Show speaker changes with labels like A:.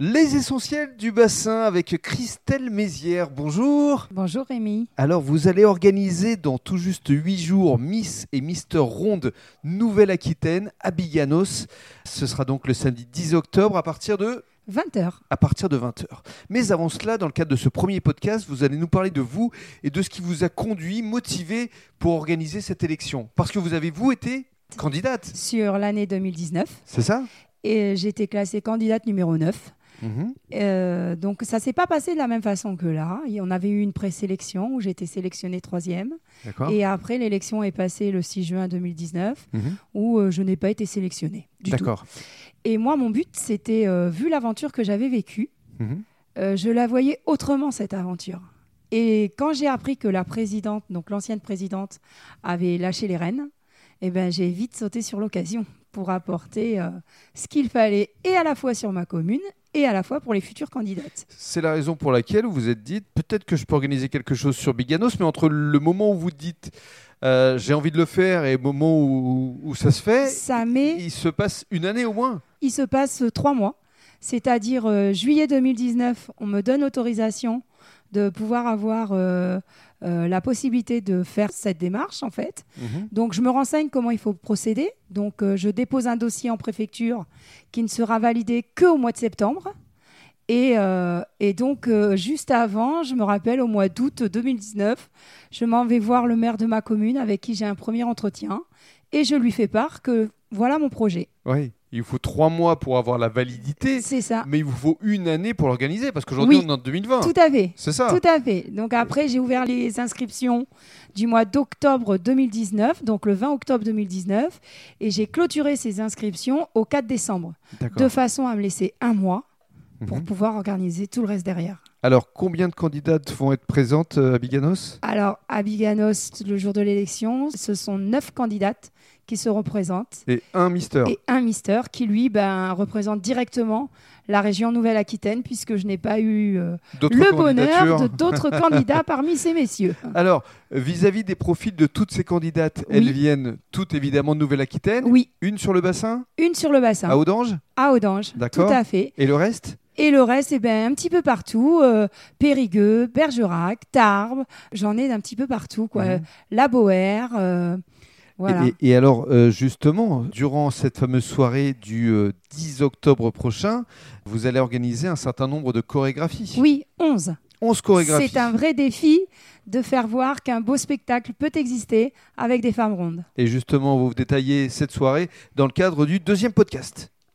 A: Les essentiels du bassin avec Christelle Mézières. Bonjour.
B: Bonjour Rémi.
A: Alors, vous allez organiser dans tout juste 8 jours Miss et Mister Ronde Nouvelle-Aquitaine à Biganos. Ce sera donc le samedi 10 octobre à partir de
B: 20h.
A: à partir de 20h. Mais avant cela, dans le cadre de ce premier podcast, vous allez nous parler de vous et de ce qui vous a conduit, motivé pour organiser cette élection. Parce que vous avez, vous, été candidate,
B: Sur l'année 2019,
A: c'est ça
B: et j'ai été classée candidate numéro 9.
A: Mhm.
B: Euh, donc ça s'est pas passé de la même façon que là. Et on avait eu une présélection où j'ai été sélectionnée troisième.
A: D'accord.
B: Et après, l'élection est passée le 6 juin 2019
A: Mhm.
B: où euh, je n'ai pas été sélectionnée du tout.
A: D'accord.
B: Et moi, mon but, c'était, euh, vu l'aventure que j'avais vécue,
A: Mhm.
B: euh, je la voyais autrement, cette aventure. Et quand j'ai appris que la présidente, donc l'ancienne présidente, avait lâché les rênes, eh ben, j'ai vite sauté sur l'occasion pour apporter euh, ce qu'il fallait et à la fois sur ma commune et à la fois pour les futures candidates.
A: C'est la raison pour laquelle vous vous êtes dit peut-être que je peux organiser quelque chose sur Biganos, mais entre le moment où vous dites euh, j'ai envie de le faire et le moment où, où ça se fait,
B: Ça met,
A: il se passe une année au moins.
B: il se passe euh, trois mois, c'est-à-dire euh, juillet 2019, on me donne autorisation de pouvoir avoir euh, euh, la possibilité de faire cette démarche en fait. Donc je me renseigne comment il faut procéder. Donc euh, je dépose un dossier en préfecture qui ne sera validé qu'au mois de septembre. Et, euh, et donc euh, juste avant, je me rappelle au mois d'août 2019, je m'en vais voir le maire de ma commune avec qui j'ai un premier entretien et je lui fais part que voilà mon projet.
A: Oui, il vous faut trois mois pour avoir la validité,
B: C'est ça.
A: mais il vous faut une année pour l'organiser parce qu'aujourd'hui
B: Oui.
A: on est en 2020.
B: Tout à fait.
A: C'est ça.
B: Tout à fait. Donc après, j'ai ouvert les inscriptions du mois d'octobre 2019, donc le 20 octobre 2019, et j'ai clôturé ces inscriptions au 4 décembre. de
A: D'accord.
B: façon à me laisser un mois pour
A: Mhm.
B: pouvoir organiser tout le reste derrière.
A: Alors combien de candidates vont être présentes euh, à Biganos
B: Alors, à Biganos, le jour de l'élection, ce sont neuf candidates qui se représentent
A: Et un Mister.
B: et un mister qui, lui, ben, représente directement la région Nouvelle-Aquitaine puisque je n'ai pas eu euh,
A: D'autres
B: le
A: candidatures
B: bonheur de d'autres candidats parmi ces messieurs.
A: Alors, euh, vis-à-vis des profils de toutes ces candidates, elles
B: Oui.
A: viennent toutes évidemment de Nouvelle-Aquitaine.
B: Oui,
A: Une sur le bassin,
B: une sur le bassin,
A: à Audange,
B: à Audange, tout
A: Ah D'accord.
B: à fait.
A: et le reste
B: Et le reste, eh ben, un petit peu partout. euh, Périgueux, Bergerac, Tarbes, j'en ai d'un petit peu partout. Quoi. Euh,
A: Mhm.
B: La Boère, euh, voilà.
A: et, et alors, euh, justement, durant cette fameuse soirée du euh, 10 octobre prochain, vous allez organiser un certain nombre de chorégraphies.
B: Oui, 11.
A: 11 chorégraphies.
B: C'est un vrai défi de faire voir qu'un beau spectacle peut exister avec des femmes rondes.
A: Et justement, vous détaillez cette soirée dans le cadre du deuxième podcast.